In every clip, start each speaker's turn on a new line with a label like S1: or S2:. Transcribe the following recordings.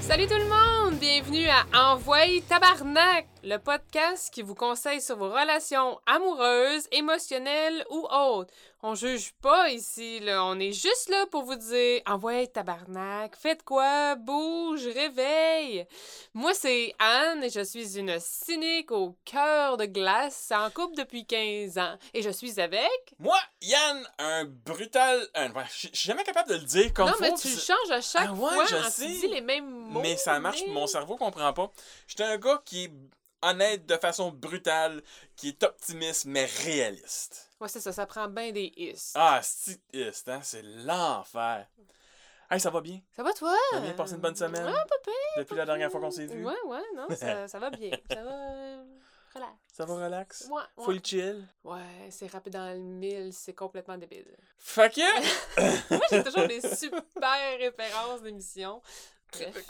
S1: Salut tout le monde! Bienvenue à Envoyer Tabarnak, le podcast qui vous conseille sur vos relations amoureuses, émotionnelles ou autres. On juge pas ici, là. on est juste là pour vous dire Envoyez Tabarnak, faites quoi, bouge, réveille. Moi c'est Anne et je suis une cynique au cœur de glace en couple depuis 15 ans. Et je suis avec.
S2: Moi, Yann, un brutal. un- ouais, Je je suis jamais capable de le dire comme
S1: non,
S2: faut,
S1: mais
S2: puis
S1: tu le
S2: c'est-
S1: changes à chaque
S2: Ah ouais,
S1: fois
S2: je
S1: quand
S2: sais.
S1: tu dis les mêmes mots.
S2: Mais ça marche,
S1: mais-
S2: mon cerveau comprend pas. J'étais un gars qui est honnête de façon brutale, qui est optimiste mais réaliste.
S1: Ouais, c'est ça, ça prend bien des is.
S2: Ah, c'est hein? c'est l'enfer. Hey, ça va bien?
S1: Ça va toi?
S2: T'as bien passé une bonne semaine?
S1: Ouais, pas pire.
S2: Depuis la dernière fois qu'on s'est vu?
S1: Ouais, ouais, non, ça, ça va bien. Ça va. euh, Relax.
S2: Ça va relax?
S1: Ouais, ouais.
S2: Full chill?
S1: Ouais, c'est rapide dans le mille, c'est complètement débile.
S2: Fuck yeah!
S1: Moi, j'ai toujours des super références d'émissions. Bref.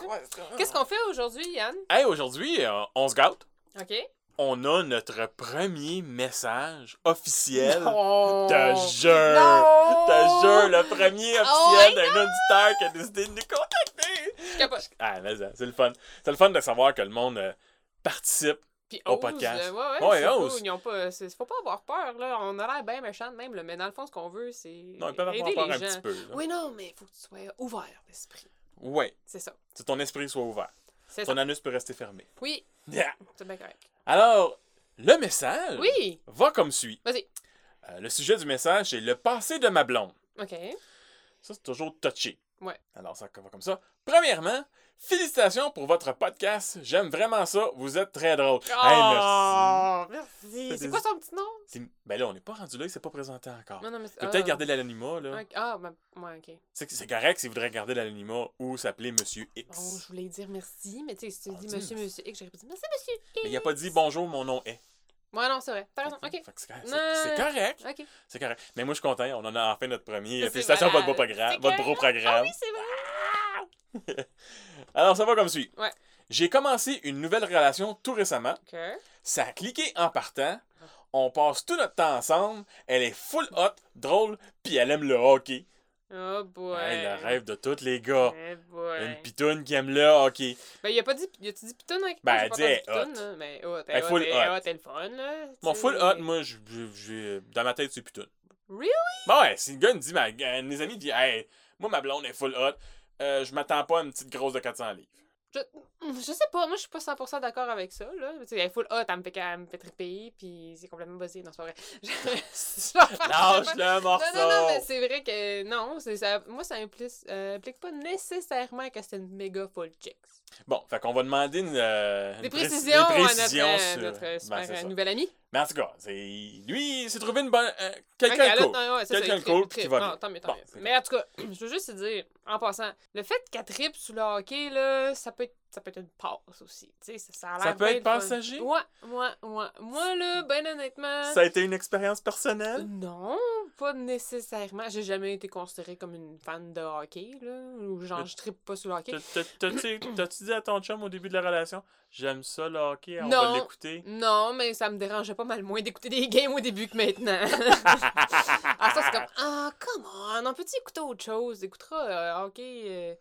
S1: Qu'est-ce qu'on fait aujourd'hui, Yann?
S2: Hey, aujourd'hui, euh, on se gâte.
S1: OK?
S2: On a notre premier message officiel.
S1: Non!
S2: Te jure!
S1: Non!
S2: Te jure, le premier
S1: Oh
S2: officiel
S1: my
S2: d'un auditeur qui a décidé de nous contacter!
S1: Je capote.
S2: Ah, mais ça, c'est le fun. C'est le fun de savoir que le monde euh, participe.
S1: Puis
S2: Au
S1: ose,
S2: podcast.
S1: là. Ouais, ouais,
S2: Ouais,
S1: c'est
S2: ose.
S1: cool, ils ont pas... c'est- Faut pas avoir peur, là. On a l'air bien méchant de même, là, mais dans le fond, ce qu'on veut, c'est
S2: Non, ils peuvent
S1: aider
S2: avoir peur
S1: les
S2: un
S1: gens.
S2: petit peu. là.
S1: Oui, non, mais faut que tu sois ouvert d'esprit.
S2: Ouais.
S1: C'est ça.
S2: Que ton esprit soit ouvert.
S1: C'est ça.
S2: Ton anus peut rester fermé.
S1: Oui,
S2: Yeah.
S1: c'est bien correct.
S2: Alors, le message
S1: Oui!
S2: va comme suit.
S1: Vas-y.
S2: Euh, le sujet du message, c'est le passé de ma blonde.
S1: OK.
S2: Ça, c'est toujours touché.
S1: Ouais.
S2: Alors, ça va comme ça. Premièrement, félicitations pour votre podcast. J'aime vraiment ça. Vous êtes très drôle. Hey, merci.
S1: Oh, merci. C'est quoi son petit nom?
S2: C'est- Ben là, on n'est pas rendu là. Il s'est pas présenté encore.
S1: Non, non, mais
S2: Il
S1: ah.
S2: peut peut-être garder l'anonymat, là.
S1: Ok, Ah, ben, ouais, ok.
S2: C'est c'est correct s'il voudrait garder l'anonymat ou s'appeler Monsieur X.
S1: Bon, Oh, je voulais dire merci, mais tu sais, si tu
S2: On
S1: dis
S2: dit
S1: monsieur,
S2: merci.
S1: monsieur, et que j'aurais pas dit merci, monsieur.
S2: Mais il a pas dit bonjour, mon nom est.
S1: Ouais, non, c'est vrai. T'as raison.
S2: Fait que-
S1: Ok.
S2: fait que C'est
S1: Non.
S2: c'est correct.
S1: Ok. Ah
S2: C'est correct. Mais moi, je suis content. On en a enfin notre premier.
S1: C'est
S2: Félicitations pour votre beau
S1: malade.
S2: programme.
S1: C'est
S2: Votre
S1: correct.
S2: beau
S1: Ah
S2: programme.
S1: oui, c'est vrai.
S2: Alors, ça va comme suit.
S1: Ouais.
S2: J'ai commencé une nouvelle relation tout récemment.
S1: Ok.
S2: Ça a cliqué en partant. On passe tout notre temps ensemble. Elle est full hot, drôle, puis elle aime le hockey.
S1: Oh boy.
S2: Hey, le rêve de tous les gars.
S1: Eh boy.
S2: Une pitoune qui aime le hockey.
S1: Ben, il a pas dit. Il a-tu dit pitoune avec
S2: Ben,
S1: J'ai
S2: elle
S1: pas
S2: dit
S1: entendu
S2: elle est
S1: pitoune, là, Mais oh,
S2: Elle
S1: t'es
S2: est
S1: hot,
S2: full
S1: t'es
S2: hot.
S1: hot, t'es le fun, là. tu
S2: Mon
S1: sais.
S2: full hot, moi, je- je- j'ai- dans ma tête, c'est pitoune.
S1: Really?
S2: Bah ouais, si le gars me dit, ma, euh, mes amis disent, hey, moi ma blonde est full hot, euh, je m'attends pas à une petite grosse de 400 livres.
S1: Hum, Je sais pas, moi je suis pas 100% d'accord avec ça, là. Tu sais, elle est full hot, elle me fait, elle me fait triper, puis c'est complètement buzzé. Non, c'est pas vrai. Je- je vais faire-
S2: Lâche
S1: Non,
S2: le morceau!
S1: non, non, mais c'est vrai que non, c'est ça, moi ça implique, euh, implique pas nécessairement que c'est une méga full chicks.
S2: Bon, fait qu'on va demander une, euh,
S1: Des
S2: une préci-
S1: précisions,
S2: des précisions
S1: à notre, euh,
S2: sur-
S1: notre
S2: Ben,
S1: euh, super
S2: c'est
S1: euh,
S2: ça.
S1: nouvel ami.
S2: Mais en tout cas, c'est... lui, il s'est trouvé une bonne... euh,
S1: Ok,
S2: quelqu'un de
S1: là,
S2: cool.
S1: non, ouais, c'est ça,
S2: Quelqu'un
S1: il
S2: de
S1: tripe,
S2: cool
S1: il
S2: qui
S1: tripe.
S2: va
S1: Non,
S2: bien.
S1: tant mieux, tant
S2: Bon,
S1: mieux.
S2: c'est
S1: Mais en tout cas, je veux juste te dire, en passant, le fait qu'elle tripe sous le hockey, là, ça peut être, ça peut être une passe aussi. Tu sais, ça, ça a
S2: Ça
S1: l'air
S2: peut
S1: bien
S2: être
S1: le fun.
S2: passager?
S1: Ouais, ouais, ouais. Moi, là, ben honnêtement.
S2: Ça a été une expérience personnelle?
S1: Non, pas nécessairement. J'ai jamais été considérée comme une fan de hockey, là. Ou genre,
S2: Mais-
S1: je tripe pas sur le hockey.
S2: T'as- t'as- T'as-tu t'as-tu dit à ton chum au début de la relation, j'aime ça le hockey, on
S1: Non.
S2: va l'écouter?
S1: Non, mais ça me dérangeait pas mal moins d'écouter des games au début que maintenant. ah, ça, c'est comme, ah, come on, on peut-tu écouter autre chose? Écoutera euh, hockey euh,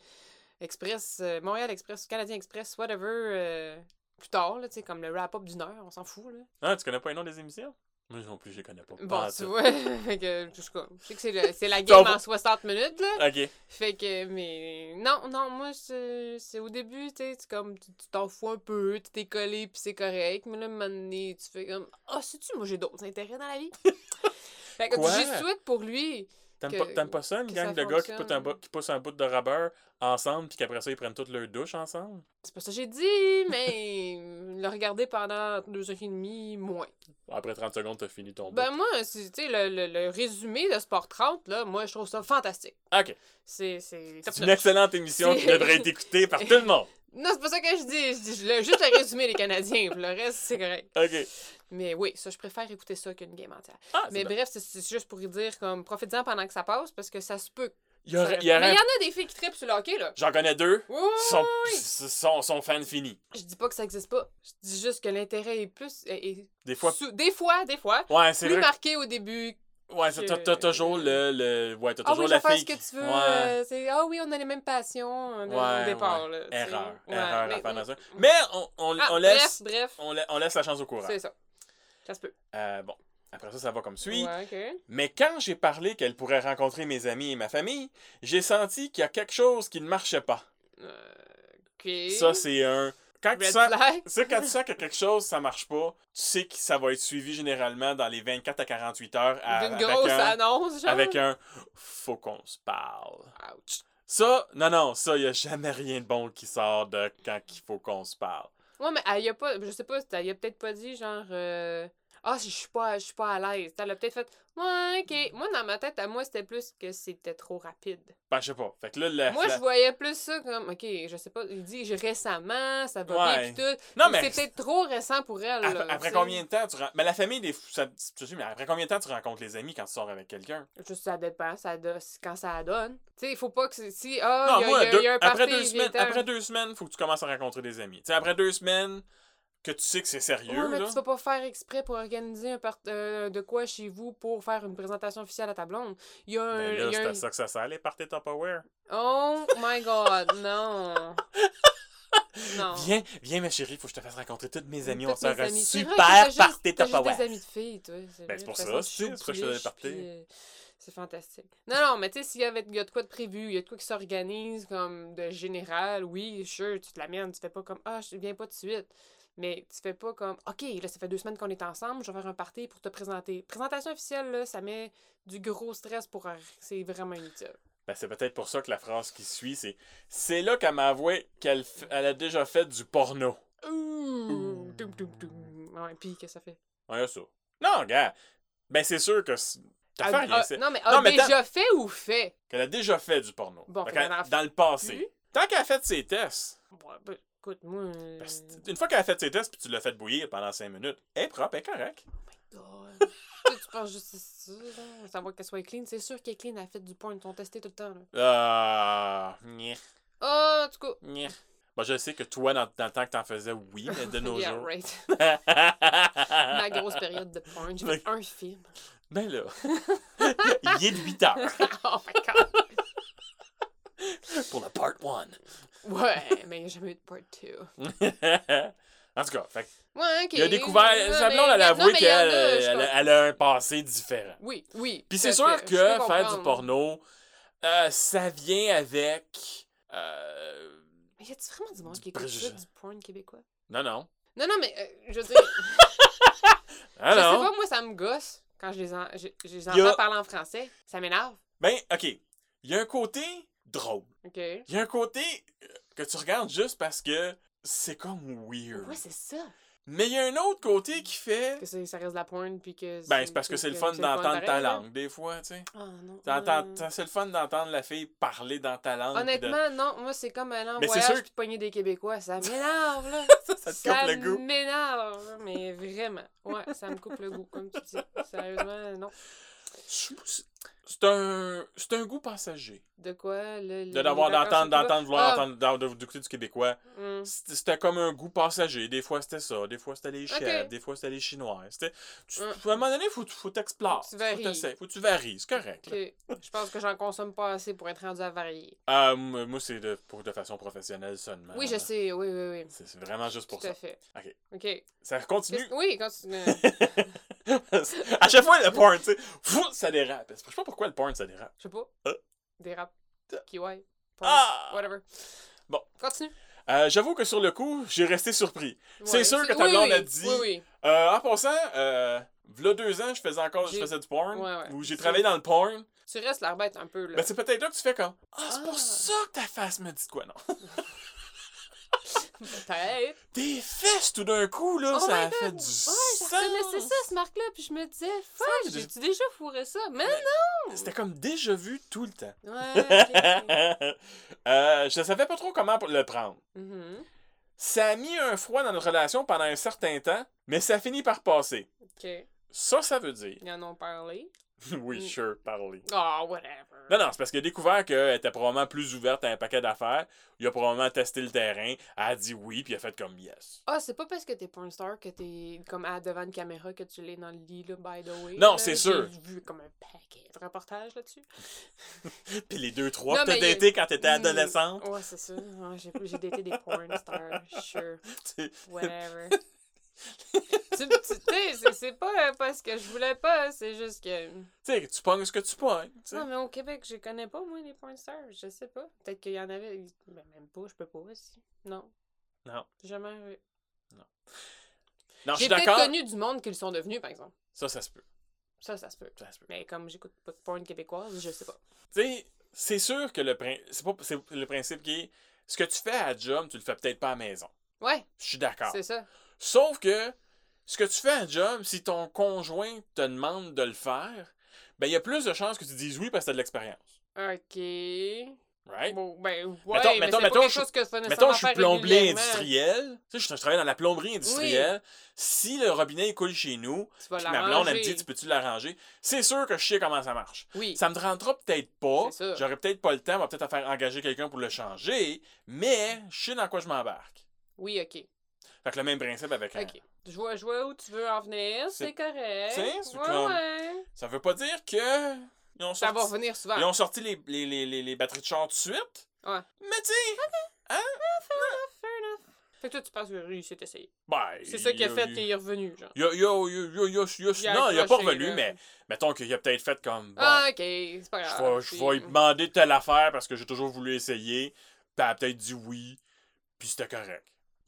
S1: Express, euh, Montréal Express, Canadien Express, whatever, euh, plus tard, là, tu sais, comme le wrap-up d'une heure, on s'en fout, là.
S2: Ah, tu connais pas les noms des émissions? Moi non plus, je les connais pas. Ah,
S1: Bon,
S2: Pas en
S1: tu
S2: tout.
S1: vois, fait que, en tout cas, je sais que c'est le- c'est la game
S2: va-
S1: en 60 minutes, là.
S2: Ok.
S1: Fait que, mais non, non, moi, c'est c'est au début, tu sais, tu comme, tu tu t'en fous un peu, tu t'es collé, puis c'est correct. Mais là, un moment donné, tu fais comme, ah, sais-tu, moi, j'ai d'autres intérêts dans la vie. fait que
S2: Quoi?
S1: j'ai souhaite pour lui.
S2: T'aimes
S1: que-
S2: pas, t'aimes pas ça, une
S1: que
S2: gang
S1: ça
S2: de gars qui,
S1: fonctionne.
S2: poutent un bout- qui poussent un bout de rubber ensemble, puis qu'après ça, ils prennent toutes leurs douches ensemble?
S1: C'est pas ça que j'ai dit, mais le regarder pendant deux heures et demie, moins.
S2: Après 30 secondes, t'as fini ton
S1: Ben, moi, c'est- tu sais, le, le- le résumé de Sport 30, là, moi, je trouve ça fantastique.
S2: bout. OK.
S1: C'est. C'est top
S2: C'est une
S1: notch.
S2: excellente émission qui
S1: C'est-
S2: devrait être écoutée par tout le monde.
S1: Non, c'est pas ça que je dis. Je dis je- le- juste le résumé des Canadiens, puis le reste, c'est correct.
S2: OK.
S1: Mais oui, ça, je préfère écouter ça qu'une game entière.
S2: Ah,
S1: Mais ben,
S2: mais
S1: bref, c'est- c'est juste pour dire, comme, profitez-en pendant que ça passe, parce que ça se peut. que
S2: il y aurait,
S1: ça-
S2: il y aurait-
S1: Mais il y en a des filles qui tripent sur le hockey, là.
S2: J'en connais deux.
S1: Oui, oui, oui.
S2: Son, son, son fan fini.
S1: Je dis pas que ça existe pas. Je dis juste que l'intérêt est plus. est- est
S2: Des fois.
S1: sous- des fois, des fois,
S2: Ouais, c'est
S1: plus
S2: vrai.
S1: marqué au début
S2: Ouais, ça, t'as t'as toujours le. le ouais, t'as
S1: Ah
S2: toujours
S1: oui, je
S2: la
S1: vais faire
S2: fille.
S1: ce que
S2: qui-
S1: tu veux.
S2: Ouais.
S1: euh, c'est, ah oui, on a les mêmes passions euh, de-
S2: Ouais,
S1: au départ.
S2: ouais.
S1: là, tu sais.
S2: Erreur.
S1: Ouais,
S2: Erreur
S1: mais-
S2: à faire dans ça. Mais on, on,
S1: Ah,
S2: on laisse,
S1: Bref,
S2: on, la- on laisse la chance au courant.
S1: bref, c'est ça. Ça se peut.
S2: Euh, bon, après ça, ça va comme suit.
S1: Ouais, ok.
S2: Mais quand j'ai parlé qu'elle pourrait rencontrer mes amis et ma famille, j'ai senti qu'il y a quelque chose qui ne marchait pas.
S1: Euh, ok.
S2: Ça, c'est un. Quand tu
S1: Red
S2: sens.
S1: flag.
S2: Tu sais, quand tu sens que quelque chose, ça marche pas, tu sais que ça va être suivi généralement dans les 24 à 48 heures à-
S1: D'une
S2: Ah, avec,
S1: grosse
S2: un,
S1: annonce, genre.
S2: avec un faut qu'on se parle.
S1: Ouch.
S2: Ça, non, non, ça, il a jamais rien de bon qui sort de quand il faut qu'on se parle.
S1: Ouais, mais elle y a pas. Je sais pas, elle y a peut-être pas dit genre. euh, Ah, je suis pas, je suis pas à l'aise. Elle a peut-être fait. Ouais,
S2: Hmm.
S1: ok. Moi, dans ma tête, à moi, c'était plus que c'était trop rapide.
S2: Ben, je sais pas. Fait que là, la-
S1: Moi,
S2: la-
S1: je voyais plus ça comme. Ok, je sais pas. Il dit j'ai récemment, ça va
S2: Ouais.
S1: bien, pis tout.
S2: Non, mais.
S1: C'est peut-être trop récent pour elle.
S2: ap-
S1: là,
S2: Après,
S1: tu sais.
S2: combien de temps tu. ren- Ben, la famille, des. Ça, je sais, mais après combien de temps tu rencontres les amis quand tu sors avec quelqu'un?
S1: Je sais, ça dépend, ça do- quand ça donne. Tu sais, il faut pas que. c'est- Si. Ah,
S2: non,
S1: il y a-
S2: moi,
S1: il y a-
S2: deux-
S1: il y a un hein.
S2: après,
S1: party,
S2: deux
S1: viens-t'en.
S2: semaines, après deux semaines, faut que tu commences à rencontrer des amis. Tu sais, après deux semaines, que tu sais que c'est sérieux,
S1: Ouais, mais
S2: là.
S1: tu vas pas faire exprès pour organiser un part- euh, de quoi chez vous pour faire une présentation officielle à ta blonde. Il y a un.
S2: Ben là,
S1: euh, il y a
S2: c'est
S1: un-
S2: à ça que ça sert, les parties Tupperware.
S1: Oh my god, non. Non.
S2: Viens, viens, ma chérie, faut que je te fasse rencontrer toutes mes amies. on
S1: Toutes
S2: sort
S1: mes
S2: un
S1: amies. C'est vrai, t'as
S2: super
S1: juste-
S2: party
S1: t'as juste
S2: Tupperware.
S1: des amis de filles, toi. C'est
S2: Ben,
S1: vrai,
S2: c'est pour
S1: de toute
S2: ça,
S1: façon,
S2: c'est-
S1: tu
S2: c'est pour ça que je faisais
S1: oublies,
S2: party.
S1: puis, euh, C'est fantastique. Non, non, mais tu sais, s'il y avait il y a de quoi de prévu, il y a de quoi qui s'organise comme de général, oui, sure, tu te l'amènes, tu fais pas comme « Ah, je viens pas de suite ». Mais tu fais pas comme « Ok, là, ça fait deux semaines qu'on est ensemble, je vais faire un party pour te présenter ». Présentation officielle, là, ça met du gros stress pour... un- C'est vraiment inutile.
S2: Ben, c'est peut-être pour ça que la phrase qui suit, c'est C'est là qu'elle m'a avoué qu'elle f- elle a déjà fait du porno.
S1: Ouh! Toum, toum, toum. Ah Ouais, puis qu'est-ce que ça fait?
S2: Ouais, ça. Non, gars. Ben, c'est sûr que. c'est- T'as fait
S1: Ah,
S2: rien,
S1: ah,
S2: c'est-
S1: non, mais
S2: Non,
S1: a
S2: mais
S1: déjà fait ou fait?
S2: Qu'elle a déjà fait du porno.
S1: Bon,
S2: Fait
S1: fait
S2: qu'elle-
S1: qu'elle en a Hmm?
S2: dans le
S1: Plus?
S2: passé. Tant qu'elle a fait ses tests,
S1: Ouais, ben, écoute, moi. euh,
S2: ben, c'est- une fois qu'elle a fait ses tests puis tu l'as fait bouillir pendant 5 minutes, elle est propre, elle est correcte.
S1: God. tu sais, tu penses juste à ça, là, savoir qu'elle soit clean. C'est sûr qu'elle est clean, elle a fait du porn, ils t'ont testé tout le temps. Là.
S2: Ah. Nyeh,
S1: Oh, en tout cas.
S2: nyeh. Bon, je sais que toi, dans, dans le temps que t'en faisais, oui, mais de nos
S1: Yeah,
S2: jours.
S1: right. Ma grosse période de porn, j'ai fait un film.
S2: Ben là. Il est de 8 heures
S1: oh my god.
S2: pour le part 1.
S1: Ouais, mais il n'y a jamais eu de part 2.
S2: en tout cas, fait, que
S1: Ouais, ok.
S2: il a découvert.
S1: Non,
S2: Sa
S1: mais-
S2: blonde, elle a
S1: non,
S2: avoué
S1: mais il
S2: qu'elle
S1: y en a, je
S2: elle
S1: comprends.
S2: a- elle a un passé différent.
S1: Oui, oui.
S2: Puis
S1: tout
S2: c'est
S1: à
S2: sûr
S1: fait.
S2: que
S1: Je peux
S2: faire du
S1: comprendre.
S2: porno, euh, ça vient avec. euh,
S1: Mais y a-tu vraiment du monde
S2: Du
S1: qui écoute ça,
S2: préjugé.
S1: du porn québécois?
S2: Non, non.
S1: Non, non, mais euh, je veux dire.
S2: Ah
S1: je
S2: non.
S1: sais pas, moi, ça me gosse quand je les, en- je, je les
S2: Y a-
S1: entends parler en français. Ça m'énerve.
S2: Ben, OK. Il y a un côté drôle.
S1: OK. Ouais,
S2: Il y a un côté euh, que tu regardes juste parce que c'est comme weird.
S1: c'est ça.
S2: Mais il y a un autre côté qui fait.
S1: Que c'est- ça reste de la porn, puis que...
S2: Ben, c'est parce que c'est le fun d'entendre ta langue, des fois, tu sais.
S1: Ah non.
S2: T'entends-
S1: euh,
S2: t'as- C'est le fun d'entendre la fille parler dans ta langue. puis de-
S1: Honnêtement, non, moi, c'est comme aller en
S2: Mais c'est
S1: voyage
S2: sûr-
S1: puis pogner des Québécois. Ça m'énerve, là.
S2: ça te coupe le goût.
S1: m'énerve, là, mais vraiment. Ouais, ça me coupe le goût, comme tu dis. Sérieusement, non.
S2: C'est un, c'est un goût passager.
S1: De quoi, le...
S2: De d'avoir d'entendre, d'entendre, vouloir
S1: Ah.
S2: entendre, d'en- de- d'écouter du québécois.
S1: hmm,
S2: C'était c'était comme un goût passager. Des fois, c'était ça. Des fois, c'était les chefs.
S1: Ok.
S2: Des fois, c'était les chinois. C'était... tu-
S1: Hum.
S2: À un moment donné, faut, faut t'explorer.
S1: Faut que tu varies.
S2: t'essayer, Faut que tu varies. C'est correct. là.
S1: Je pense que j'en consomme pas assez pour être rendu à varier.
S2: Ah, m- moi, c'est de, pour, de façon professionnelle seulement.
S1: Oui, je sais, oui, oui, oui.
S2: C'est c'est vraiment juste pour
S1: Tout à
S2: ça.
S1: fait.
S2: Ok.
S1: OK.
S2: Ça continue.
S1: Qu'est-ce- Oui, euh, continue.
S2: à chaque fois, le porn, tu sais, fou, ça dérape. Je sais pas pourquoi le porn, ça dérape.
S1: Je sais pas.
S2: Ah.
S1: Des rap. Kiwi. Porn,
S2: Ah!
S1: Whatever.
S2: Bon.
S1: Continue.
S2: Euh, j'avoue que sur le coup, j'ai resté surpris. C'est sûr que ta
S1: oui,
S2: blonde a
S1: oui,
S2: dit-
S1: Oui, oui.
S2: Euh, en passant, euh, v'là deux ans, je faisais encore, je
S1: J'ai-
S2: faisais du porn.
S1: Ouais, ouais.
S2: Ou j'ai
S1: C'est-
S2: travaillé dans le porn.
S1: Tu restes la bête un peu, là.
S2: Ben, c'est peut-être là que tu fais comme, ah, c'est
S1: Ah.
S2: pour ça que ta face me dit de quoi, non?
S1: Peut-être.
S2: Tes fesses, tout d'un coup, là,
S1: Oh
S2: ça
S1: my
S2: a fait
S1: God.
S2: du
S1: Ouais, je
S2: sens.
S1: reconnaissais ça, ce marque-là, puis je me disais, fuck,
S2: je-
S1: j'ai-tu déjà fourré ça? Mais
S2: C'était comme déjà vu tout le temps.
S1: non! Ouais, ok.
S2: euh, je savais pas trop comment le prendre.
S1: Mhm.
S2: Ça a mis un froid dans notre relation pendant un certain temps, mais ça finit par passer.
S1: Ok.
S2: Ça, ça veut dire
S1: Ils en ont parlé.
S2: oui, sure, parler.
S1: Oh, whatever.
S2: Non, non, c'est parce qu'il a découvert qu'elle était probablement plus ouverte à un paquet d'affaires. Il a probablement testé le terrain. Elle a dit oui, puis il a fait comme yes.
S1: Ah, c'est pas parce que t'es pas une star que t'es comme à devant une caméra que tu l'es dans le lit, là, by the way.
S2: Non,
S1: là.
S2: c'est sûr.
S1: J'ai vu comme un paquet de reportages là-dessus.
S2: Puis les deux, trois,
S1: Non,
S2: que t'as
S1: mais il y a-
S2: daté quand t'étais
S1: Hmm.
S2: adolescente.
S1: Ouais, c'est ça. Ouais, j'ai, j'ai daté des porn stars, sure.
S2: Tu-
S1: Whatever. tu tu- tu sais, c'est, c'est pas euh, parce que je voulais pas, c'est juste que.
S2: Tu sais, tu pognes ce que tu pognes. tu sais.
S1: Non, mais au Québec, je connais pas, moi, les porn stars. Je sais pas. Peut-être qu'il y en avait. Ben, même pas, je peux pas aussi. Non.
S2: Non.
S1: Jamais arrivé.
S2: Non, je
S1: J'ai
S2: suis
S1: peut-être
S2: d'accord.
S1: connu du monde qui le sont devenus, par exemple.
S2: Ça, ça se peut.
S1: Ça, ça se peut.
S2: Ça se peut.
S1: Mais comme j'écoute pas de porn québécoise, je sais pas.
S2: Tu sais, c'est sûr que le, prin- c'est pas... c'est le principe qui est ce que tu fais à job, tu le fais peut-être pas à la maison.
S1: Ouais,
S2: Je suis d'accord.
S1: c'est ça.
S2: Sauf que ce que tu fais à job, si ton conjoint te demande de le faire, ben il y a plus de chances que tu dises oui parce que t'as de l'expérience.
S1: Ok.
S2: Right?
S1: Bon, ben, ouais,
S2: Mettons-
S1: mais
S2: mettons-
S1: c'est pas
S2: mettons,
S1: quelque
S2: je-
S1: chose que ça
S2: Mettons, je suis
S1: faire
S2: plombier
S1: régulièrement.
S2: industriel. Tu sais, je, je travaille dans la plomberie industrielle. Si le robinet il coule chez nous,
S1: Tu vas
S2: puis ma blonde, elle me
S1: l'arranger.
S2: dit, tu peux-tu l'arranger? C'est sûr que je sais comment ça marche.
S1: Oui.
S2: Ça me rentrera peut-être pas.
S1: C'est ça.
S2: J'aurais peut-être pas le temps. On va peut-être faire engager quelqu'un pour le changer. Mais je sais dans quoi je m'embarque.
S1: Oui, ok.
S2: Fait que le même principe avec euh, un-
S1: Ok. Je vois, je vois où tu veux en venir, c'est,
S2: C'est-
S1: correct.
S2: Tu sais, c'est
S1: ouais,
S2: comme-
S1: ouais.
S2: Ça veut pas dire que. Ils ont
S1: Ça va
S2: sorti-
S1: revenir souvent.
S2: Ils ont sorti les, les, les, les, les batteries de char tout de suite.
S1: Ouais.
S2: Mais tu sais,
S1: Fair enough. Fait que toi, tu penses que réussi à essayer.
S2: ben,
S1: C'est ça qui a
S2: il-
S1: fait,
S2: il-
S1: t'es revenu, genre.
S2: il a- il a- il a- il a- il a-
S1: Il a
S2: non, il a pas
S1: accroché,
S2: revenu,
S1: là.
S2: mais mettons qu'il a peut-être fait comme. Bon,
S1: Ah, ok, c'est pas
S2: je
S1: grave.
S2: vais je
S1: c'est-
S2: vais lui demander telle affaire parce que j'ai toujours voulu essayer. Puis elle a peut-être dit oui. Puis c'était correct.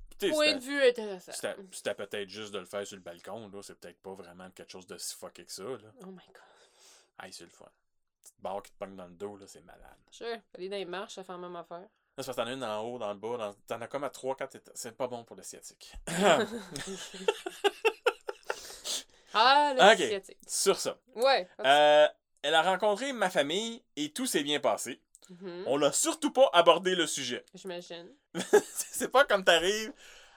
S2: Puis tu sais,
S1: Point
S2: c'était-
S1: de vue intéressant.
S2: c'était- C'était peut-être juste de le faire sur le balcon, là. C'est peut-être pas vraiment quelque chose de si fucké que ça, là.
S1: Oh my god.
S2: Aïe, c'est le fun. Petite barre qui te pogne dans le dos, là, c'est malade.
S1: Sure. Aller dans les marches, ça fait la même affaire.
S2: Là, c'est parce que t'en as une en haut, dans le bas, dans- t'en as comme à 3-4 étages. C'est pas bon pour le sciatique.
S1: Ah, le
S2: Ok.
S1: sciatique.
S2: Sur ça.
S1: Ouais.
S2: Euh, elle a rencontré ma famille et tout s'est bien passé.
S1: Mhm,
S2: On l'a surtout pas abordé le sujet.
S1: J'imagine.
S2: c'est pas comme t'arrives.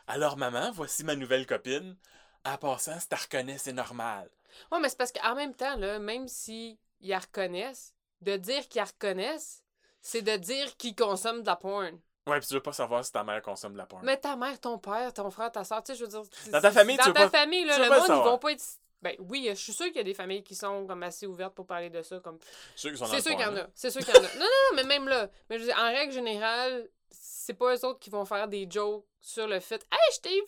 S2: Alors maman, voici ma nouvelle copine. En passant, si t'as reconnais, c'est normal.
S1: Ouais, mais c'est parce qu'en même temps, là, même si ils la reconnaissent, de dire qu'ils la reconnaissent, c'est de dire qu'ils consomment de la porn.
S2: Ouais, pis tu veux pas savoir si ta mère consomme de la porn.
S1: Mais ta mère, ton père, ton frère, ta soeur, tu sais, je veux dire. c'est-
S2: Dans ta
S1: c'est-
S2: famille,
S1: dans
S2: tu veux
S1: ta
S2: pas-
S1: famille, là,
S2: tu veux
S1: le
S2: pas le
S1: monde, ils
S2: savoir.
S1: vont pas être. Ben oui, je suis sûre qu'il y a des familles qui sont comme assez ouvertes pour parler de ça. Comme...
S2: Ceux qui sont dans
S1: C'est
S2: le
S1: sûr qu'il y
S2: porn,
S1: en
S2: là.
S1: a. C'est sûr qu'il y en a. Non, non, non, mais même là. Mais je veux dire, en règle générale, c'est pas eux autres qui vont faire des jokes sur le fait. Hey, je t'ai vu,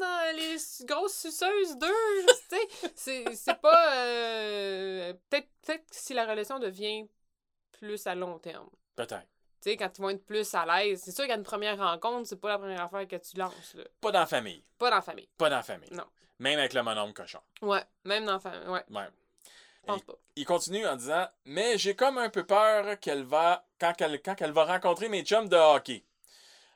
S1: man, dans les su- grosses suceuses d'eux. tu sais, c'est- c'est pas. euh, Peut-être peut si la relation devient plus à long terme.
S2: Peut-être.
S1: Tu sais, quand ils vont être plus à l'aise. C'est sûr qu'à une première rencontre, c'est pas la première affaire que tu lances, là.
S2: Pas dans la famille.
S1: Pas dans la famille.
S2: Pas dans la famille.
S1: Non.
S2: Même avec le mononcle cochon.
S1: Ouais, même dans la famille. Ouais,
S2: Ouais.
S1: je pense pas.
S2: Il continue en disant Mais j'ai comme un peu peur qu'elle va. Quand qu'elle quand qu'elle va rencontrer mes chums de hockey.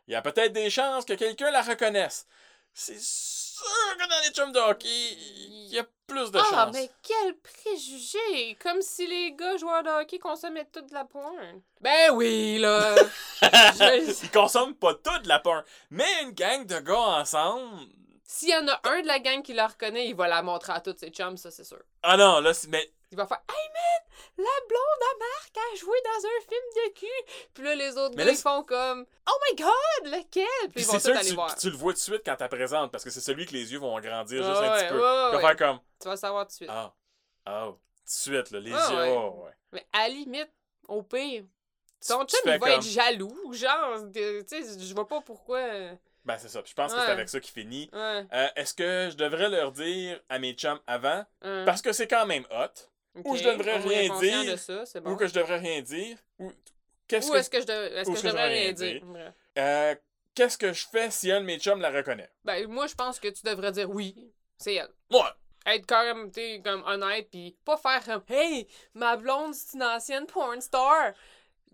S2: Il y a peut-être des chances que quelqu'un la reconnaisse. C'est sûr que dans les chums de hockey, il y a plus de
S1: Ah,
S2: chances.
S1: mais quel préjugé! Comme si les gars joueurs de hockey consommaient toute de la porn. Ben oui, là! Je-
S2: Ils consomment pas tout de la porn. Mais une gang de gars ensemble.
S1: S'il y en a un de la gang qui la reconnaît, il va la montrer à tous ses chums, ça, c'est sûr.
S2: Ah non, là, c'est- mais
S1: Il va faire Hey man, la blonde à Marc a joué dans un film de cul! Puis là, les autres
S2: Mais
S1: gars,
S2: là,
S1: ils font comme Oh my god, lequel? Puis
S2: Puis
S1: ils vont
S2: c'est
S1: tous
S2: sûr que
S1: aller
S2: tu,
S1: voir. Ah
S2: tu le vois tout de suite quand t'as présente, parce que c'est celui que les yeux vont grandir juste
S1: Ouais,
S2: un petit peu.
S1: ouais, ouais,
S2: Tu vas
S1: ouais.
S2: faire comme
S1: Tu vas le savoir tout de suite.
S2: Ah, ah, tout de suite, là, les
S1: Ouais,
S2: yeux.
S1: Ah ouais.
S2: oh, ouais.
S1: Mais à la limite, au pire,
S2: Tu-
S1: Son
S2: tu
S1: chum,
S2: fais
S1: il va
S2: comme-
S1: être jaloux, genre, de- tu sais, je vois pas pourquoi. euh,
S2: Ben, c'est ça. Puis Je pense que c'est
S1: Ouais.
S2: avec ça qu'il finit.
S1: Ouais,
S2: Euh, Est-ce que je devrais leur dire à mes chums avant
S1: ouais,
S2: parce que c'est quand même hot ou
S1: ok,
S2: je devrais
S1: on est
S2: rien
S1: conscient
S2: dire,
S1: de ça, c'est bon.
S2: ou que je devrais rien dire ou qu'est-ce
S1: Ou
S2: que
S1: est-ce que je, de- est-ce
S2: ou
S1: que je devrais rien dire? Ouais.
S2: euh, qu'est-ce que je fais si un de mes chums la reconnaît
S1: Ben, moi, je pense que tu devrais dire oui. C'est elle.
S2: Ouais.
S1: Être quand même, tu sais, comme honnête, puis pas faire comme Hey, ma blonde, c'est une ancienne porn star.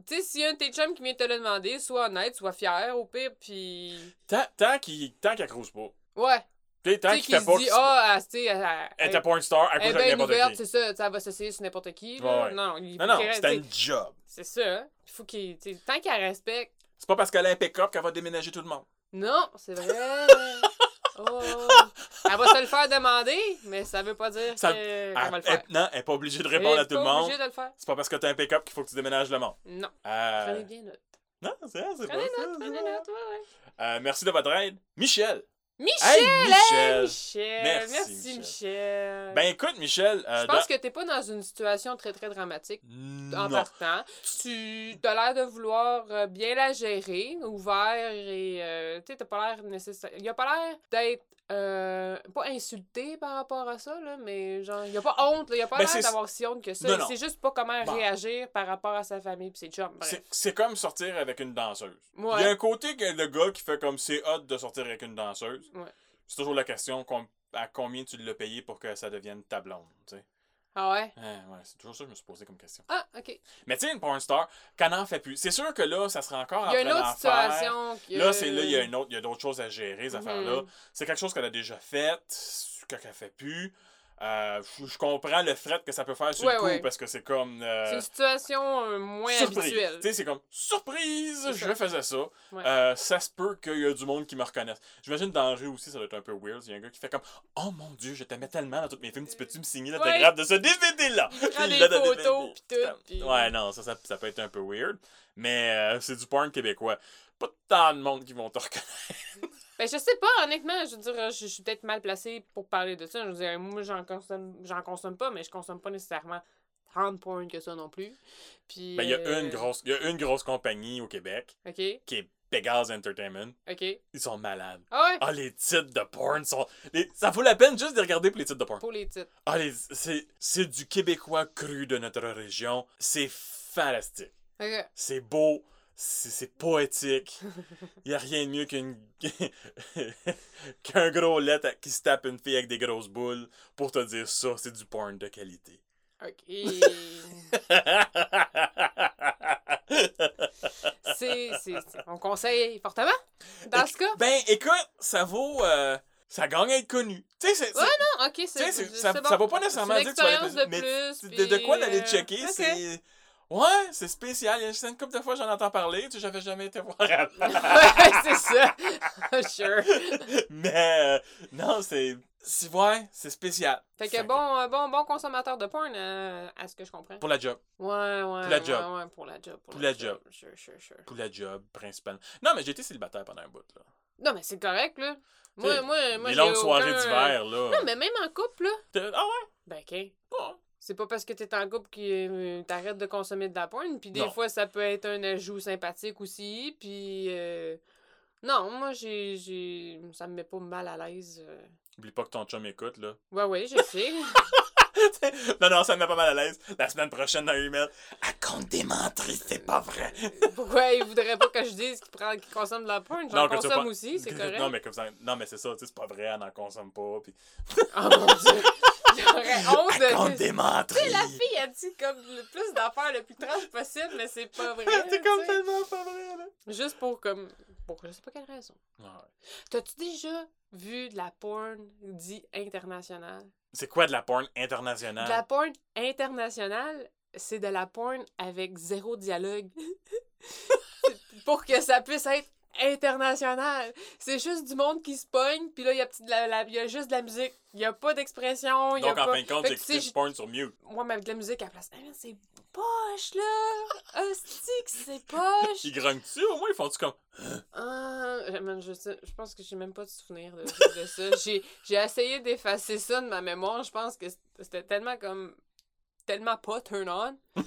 S1: Tu sais, s'il y a un de tes chums qui vient te le demander, sois honnête, sois fier, au pire, puis.
S2: Tant, tant qu'il tant qu'elle crouse pas.
S1: Ouais.
S2: Tu sais, tant
S1: Tu sais,
S2: qu'il
S1: qu'il
S2: fait pas
S1: se dit
S2: qu'il
S1: Ah, tu sais, elle- elle-
S2: elle était pas une star, elle
S1: Elle est
S2: couche avec
S1: bien ouverte,
S2: n'importe qui.
S1: c'est ça, ça va s'essayer sur n'importe qui.
S2: Ouais,
S1: Là.
S2: ouais.
S1: Non, il
S2: Non
S1: faut
S2: non,
S1: qu'il reste-
S2: c'était une job.
S1: C'est ça. Il faut qu'il. tu sais, Tant qu'elle respecte.
S2: C'est pas parce qu'elle a un pick-up qu'elle va déménager tout le monde.
S1: Non, c'est vrai. oh. Elle va se le faire demander, mais ça veut pas dire
S2: Ça-
S1: que- qu'on
S2: Elle-
S1: va le faire.
S2: elle- non, elle n'est pas obligée de
S1: Elle
S2: répondre
S1: est
S2: à tout le
S1: pas
S2: monde.
S1: obligée de le faire.
S2: C'est pas parce que t'as un pick-up qu'il faut que tu déménages le monde.
S1: Non.
S2: Euh,
S1: Prenez bien note.
S2: Non, c'est c'est pas
S1: Prenez
S2: ça,
S1: note,
S2: c'est
S1: prenez
S2: pas
S1: note, ouais, ouais.
S2: ça. Euh, merci de votre aide. Michel.
S1: Michel!
S2: Hey,
S1: hey,
S2: Michel.
S1: Michel!
S2: Merci,
S1: Merci,
S2: Michel.
S1: Michel.
S2: Ben écoute, Michel. euh,
S1: Je pense Ah, que t'es pas dans une situation très très dramatique
S2: dans-
S1: en
S2: Non.
S1: partant. Tu as l'air de vouloir euh, bien la gérer, ouvert et euh, tu sais, t'as pas l'air nécessaire. Il a pas l'air d'être euh, pas insulté par rapport à ça là, mais genre il a pas honte, là, il a pas
S2: Ben, c'est-
S1: l'air d'avoir si honte que
S2: Non,
S1: ça.
S2: non.
S1: C'est juste pas comment
S2: Bon.
S1: réagir par rapport à sa famille puis ses chums. Bref.
S2: C'est- C'est comme sortir avec une danseuse. Il
S1: Ouais.
S2: y a un côté que le gars qui fait comme c'est hot de sortir avec une danseuse.
S1: Ouais.
S2: C'est toujours la question com- à combien tu l'as payé pour que ça devienne ta blonde. tu sais.
S1: Ah ouais.
S2: Ouais, ouais, c'est toujours ça que je me suis posé comme question.
S1: Ah ok.
S2: Mais tu sais, une porn star, qu'elle n'en fait plus. C'est sûr que là, ça sera
S1: Il
S2: encore
S1: y a
S2: après
S1: une autre
S2: l'enfer.
S1: situation. que-
S2: Là, c'est là, il y a une autre, il y a d'autres choses à gérer, ces
S1: Mhm.
S2: affaires-là. C'est quelque chose qu'elle a déjà fait, c'est- qu'elle fait plus. Euh, je je comprends le fret que ça peut faire sur
S1: Ouais,
S2: le coup
S1: ouais.
S2: parce que c'est comme euh,
S1: C'est une situation euh, moins
S2: surprise.
S1: habituelle.
S2: Tu sais, c'est comme surprise,
S1: C'est
S2: je
S1: ça.
S2: faisais ça.
S1: Ouais.
S2: Euh, ça se peut qu'il y a du monde qui me reconnaisse. J'imagine dans la rue aussi, ça doit être un peu weird. Il y a un gars qui fait comme Oh mon dieu, je t'aimais tellement dans tous mes films, tu peux-tu me signer l'autographe de ce DVD-là
S1: prend des
S2: Il donne un DVD.
S1: photos pis tout. pis-
S2: Ouais, non, ça, ça, ça peut être un peu weird. Mais euh, c'est du porn québécois. Pas tant de monde qui vont te reconnaître.
S1: Ben, je sais pas, honnêtement, je veux dire, euh, je, je suis peut-être mal placée pour parler de ça. Je veux dire, moi, j'en consomme, j'en consomme pas, mais je consomme pas nécessairement tant de porn que ça non plus. Puis.
S2: Ben, il y a
S1: euh,
S2: une grosse, il y a une grosse compagnie au Québec
S1: Ok,
S2: qui est Pegase Entertainment.
S1: ok.
S2: Ils sont malades.
S1: Ah ouais,
S2: Ah, les titres de porn sont. les- Ça vaut la peine juste de regarder pour les titres de porn.
S1: pour les titres.
S2: Ah, les... c'est... c'est du québécois cru de notre région. C'est fantastique.
S1: Ok.
S2: C'est beau. C'est, c'est poétique. Il a rien de mieux qu'une... qu'un gros lettre qui se tape une fille avec des grosses boules pour te dire ça, c'est du porn de qualité.
S1: Ok. c'est, c'est, c'est- On conseille fortement, dans ce cas.
S2: ben, écoute, ça vaut. euh, Ça gagne à être connu. Tu sais, c'est- c'est-
S1: Ouais, Ah, ok,
S2: Tu sais,
S1: c'est.
S2: c'est-
S1: c'est-
S2: ça,
S1: c'est
S2: ça
S1: bon.
S2: va pas nécessairement
S1: C'est une
S2: dire que tu vas aller
S1: expérience
S2: plus-
S1: de
S2: mais
S1: plus,
S2: tu- de, de
S1: puis,
S2: quoi d'aller
S1: euh,
S2: checker,
S1: ok.
S2: c'est... Ouais, c'est spécial. Il y a juste une couple de fois j'en entends parler, tu sais, j'avais jamais été voir avant.
S1: ouais, c'est ça. sure.
S2: mais euh, non, c'est... C'est ouais, c'est spécial.
S1: Fait que bon, euh, bon, bon consommateur de porn, euh, à ce que je comprends.
S2: Pour la job.
S1: Ouais, ouais.
S2: Pour la
S1: ouais,
S2: job.
S1: ouais, pour la job.
S2: Pour la job.
S1: Sure, sure, sure.
S2: Pour la job, principalement. Non, mais j'ai été célibataire pendant un bout, là.
S1: Non, mais c'est correct, là.
S2: T'sais,
S1: Moi, moi, moi,
S2: Les
S1: j'ai
S2: longues
S1: aucun-
S2: soirées d'hiver, là.
S1: Non, mais même en couple, là.
S2: T'as- Ah ouais?
S1: Ben, OK.
S2: Bon.
S1: C'est pas parce que t'es en couple que euh, t'arrêtes de consommer de la porn. Puis des
S2: Non.
S1: fois, ça peut être un ajout sympathique aussi. Puis. euh, Non, moi, j'ai, j'ai. Ça me met pas mal à l'aise. euh.
S2: Oublie pas que ton chum écoute, là.
S1: Ouais, ouais, je sais.
S2: non, non, ça me met pas mal à l'aise. La semaine prochaine, dans une email, elle compte des menteries, c'est pas vrai.
S1: Pourquoi il voudrait pas que je dise qu'il, prend... qu'il consomme de la porn? J'en
S2: Non, que tu
S1: consomme
S2: pas-
S1: aussi, c'est correct.
S2: Non, mais comme ça, non, mais c'est ça, tu sais, c'est pas vrai, elle n'en consomme pas. Puis...
S1: Oh mon dieu! J'aurais honte
S2: Elle compte
S1: de.
S2: des menteries.
S1: Tu sais, la fille a dit comme le plus d'affaires le plus trash possible, mais c'est pas vrai.
S2: Ah, c'est comme
S1: tu sais.
S2: tellement pas vrai, là.
S1: Juste pour comme. Pour je sais pas quelle raison.
S2: Ouais.
S1: T'as-tu déjà vu de la porn dit internationale?
S2: C'est quoi de la porn
S1: De
S2: internationale?
S1: la porn internationale, c'est de la porn avec zéro dialogue. C'est pour que ça puisse être international. C'est juste du monde qui se pogne, puis là, il y, a petit- de la- la- il y a juste de la musique. Il y a pas d'expression, il y a
S2: Donc, en
S1: pas...
S2: fin de compte,
S1: Fait
S2: j'ai
S1: que
S2: écouté
S1: si
S2: du
S1: je-
S2: porn sur mute.
S1: Moi, mais avec de la musique à la place. Ah, merde, c'est poche, là! Hostie, que c'est poche!
S2: Ils grognent-tu au moins? Ils font-tu comme.
S1: Ah, je- man, je, sais- je pense que j'ai même pas de souvenir de, de ça. J'ai, j'ai essayé d'effacer ça de ma mémoire. Je pense que c'était tellement comme. tellement pas turn on.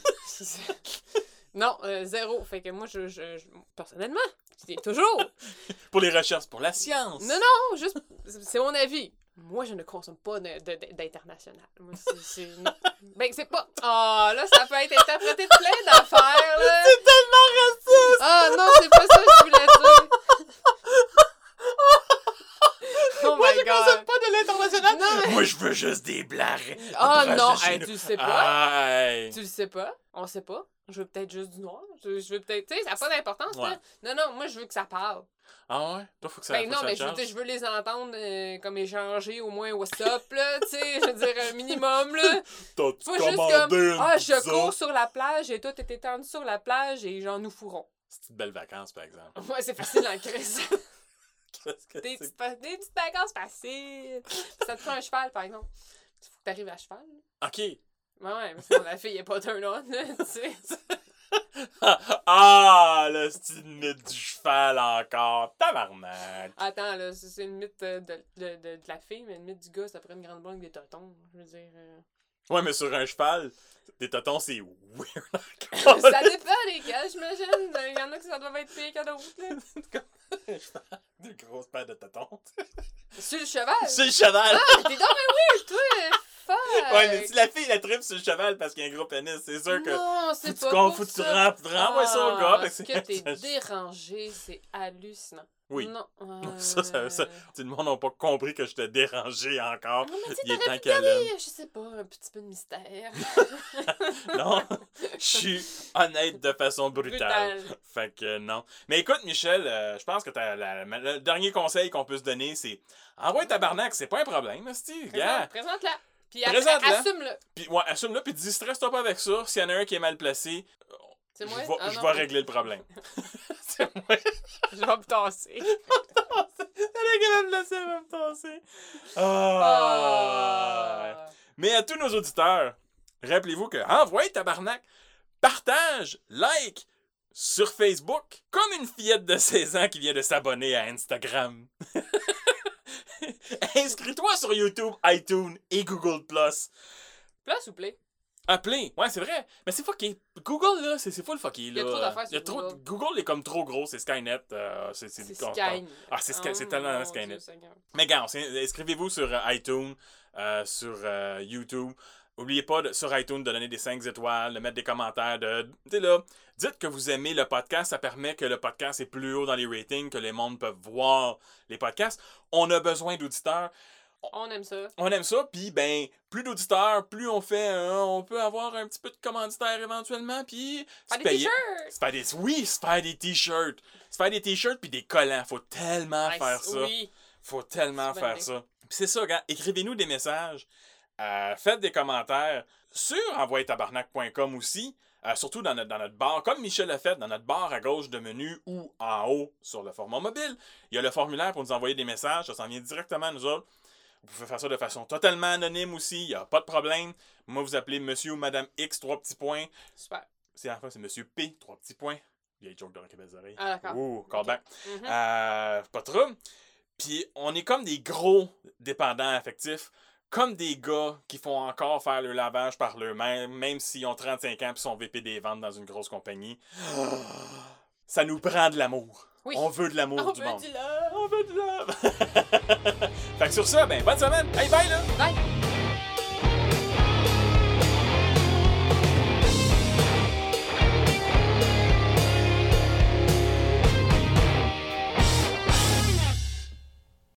S1: non, euh, zéro. Fait que moi, je. je- je- personnellement, je dis toujours!
S2: Pour les recherches, pour la science.
S1: Non, non, juste. c'est- C'est mon avis. Moi, je ne consomme pas de- de- de- d'international. Moi, c'est- c'est. non. Ben, c'est pas. Oh, là, ça peut être interprété de plein d'affaires, là.
S2: C'est tellement raciste!
S1: Ah, non, c'est pas ça que je voulais dire. Oh
S2: Moi,
S1: my
S2: je consomme
S1: god.
S2: pas de l'international.
S1: Non, mais-
S2: Moi, je veux juste des blagues.
S1: Ah,
S2: proches de
S1: non,
S2: chez
S1: hey,
S2: nous.
S1: tu le sais
S2: Ah.
S1: pas.
S2: Aïe.
S1: Tu le sais pas. On sait pas. Je veux peut-être juste du noir. Je, je veux peut-être. Tu sais, ça n'a pas d'importance,
S2: Ouais.
S1: là. Non, non, moi, je veux que ça parle.
S2: Ah ouais? Toi, faut que ça.
S1: Ben
S2: faut
S1: non,
S2: que ça
S1: mais je veux,
S2: change.
S1: dire, je veux les entendre euh, comme échanger au moins WhatsApp, là, tu sais, je veux dire un minimum, là.
S2: T'as-tu
S1: Pas juste
S2: commandé
S1: comme,
S2: une
S1: ah, je
S2: pizza?
S1: cours sur la plage et toi, t'es étendu sur la plage et genre, nous fourrons.
S2: C'est une belle vacances, par exemple.
S1: Moi, c'est facile en crise.
S2: Parce que
S1: Des
S2: c'est-
S1: petites, pa- des petites vacances faciles. Ça te prend un cheval, par exemple. Faut que t'arrives à cheval.
S2: Ok.
S1: Ouais, ouais, parce que la fille est pas turn on, là, tu sais.
S2: ah, le style mythe du cheval encore. Tabarnak.
S1: Attends, là, c'est c'est le mythe euh, de, de, de, de la fille, mais le mythe du gars, ça prend une grande banque des tontons. Je veux dire. euh,
S2: Ouais, mais sur un cheval, des totons, c'est weird encore.
S1: ça dépend des cas, j'imagine. Il y en a que ça doit être pire que d'autres, là.
S2: Un cheval, Deux grosses paires de totons.
S1: Sur le cheval.
S2: Sur le cheval.
S1: Ah, t'es donc, mais oui, toi! Fuck!
S2: Ouais, mais si la fille, la tripe sur le cheval parce qu'il y a un gros pénis, c'est sûr que.
S1: Non,
S2: Faut
S1: c'est
S2: que
S1: pas
S2: tu con-
S1: pour
S2: faut que tu
S1: ça.
S2: ram- tu renvoies ça au gars,
S1: Ah,
S2: parce
S1: ce
S2: que
S1: que t'es
S2: ça-
S1: dérangé, c'est hallucinant.
S2: Oui.
S1: Non, euh,
S2: Ça, ça- ça- Tout le monde n'a pas compris que je te dérangeais encore.
S1: Non, mais tu sais,
S2: Il est temps
S1: t'aurais pu
S2: qu'elle
S1: garder, je sais pas, un petit peu de mystère.
S2: Non, je suis honnête de façon brutale. Fait que non. Mais écoute, Michel, euh, je pense que t'as la- la- le dernier conseil qu'on peut se donner, c'est envoie tabarnak, c'est pas un problème, hostie,
S1: Présente-
S2: gars.
S1: Présente-la. Puis a-
S2: Présente-la.
S1: assume-le.
S2: Puis ouais, assume-le, puis dis, stresse-toi pas avec ça. S'il y en a un qui est mal placé,
S1: C'est
S2: je
S1: moi?
S2: vais
S1: Ah
S2: je
S1: non.
S2: vais régler le problème. c'est moi.
S1: Je vais me tasser.
S2: Elle est mal placée, elle va me tasser. Ah.
S1: Ah.
S2: Mais à tous nos auditeurs, rappelez-vous que envoyez tabarnak, partage, like sur Facebook, comme une fillette de 16 ans qui vient de s'abonner à Instagram. Inscris-toi sur YouTube, iTunes et Google+.
S1: Place ou play?
S2: Appelez. Ouais, c'est vrai. Mais c'est fucké. Google, là, c'est c'est full fucké, là.
S1: Il y a trop d'affaires sur
S2: Il y a trop-
S1: Google.
S2: Google est comme trop gros. C'est Skynet. euh, c'est c'est-
S1: C'est
S2: on-
S1: Skynet. Oh
S2: Ah, c'est Sky- c'est tellement
S1: mon
S2: Skynet.
S1: Dieu, Seigneur.
S2: mais gars, on s'in- inscrivez-vous sur euh, iTunes, euh, sur euh, YouTube. Oubliez pas de- sur iTunes de donner des 5 étoiles, de mettre des commentaires, de. Tu sais là, dites que vous aimez le podcast, ça permet que le podcast est plus haut dans les ratings, que les mondes peuvent voir les podcasts. On a besoin d'auditeurs.
S1: On aime ça.
S2: On aime ça, puis ben, plus d'auditeurs, plus on fait, euh, on peut avoir un petit peu de commanditaire éventuellement, puis
S1: Pas
S2: se
S1: des
S2: payer-
S1: t-shirts!
S2: se faire des... Oui, se faire des t-shirts. Se faire des t-shirts puis des collants. Faut tellement faire ça.
S1: Oui.
S2: Faut tellement
S1: C'est une bonne
S2: faire
S1: idée.
S2: ça. Puis c'est ça, gars. Écrivez-nous des messages. euh, faites des commentaires sur envoyetabarnak.com aussi. euh, surtout dans notre, dans notre bar, comme Michel l'a fait, dans notre bar à gauche de menu ou en haut sur le format mobile. Il y a le formulaire pour nous envoyer des messages. Ça s'en vient directement à nous autres. Vous pouvez faire ça de façon totalement anonyme aussi. Il n'y a pas de problème. Moi, vous appelez monsieur ou madame X, trois petits points.
S1: Super.
S2: C'est enfin, c'est Monsieur P, trois petits points. Vieille joke de Rocky Belles Oreilles.
S1: Ah, d'accord.
S2: Ouh, callback.
S1: Mhm.
S2: Euh, pas trop. Puis on est comme des gros dépendants affectifs, comme des gars qui font encore faire le lavage par eux-mêmes, même s'ils ont 35 ans et sont VP des ventes dans une grosse compagnie. Ça nous prend de l'amour.
S1: Oui.
S2: On veut de l'amour
S1: On
S2: du
S1: veut
S2: monde.
S1: du love.
S2: On veut de l'amour. fait que sur ça, ben, bonne semaine. Bye bye là.
S1: Bye.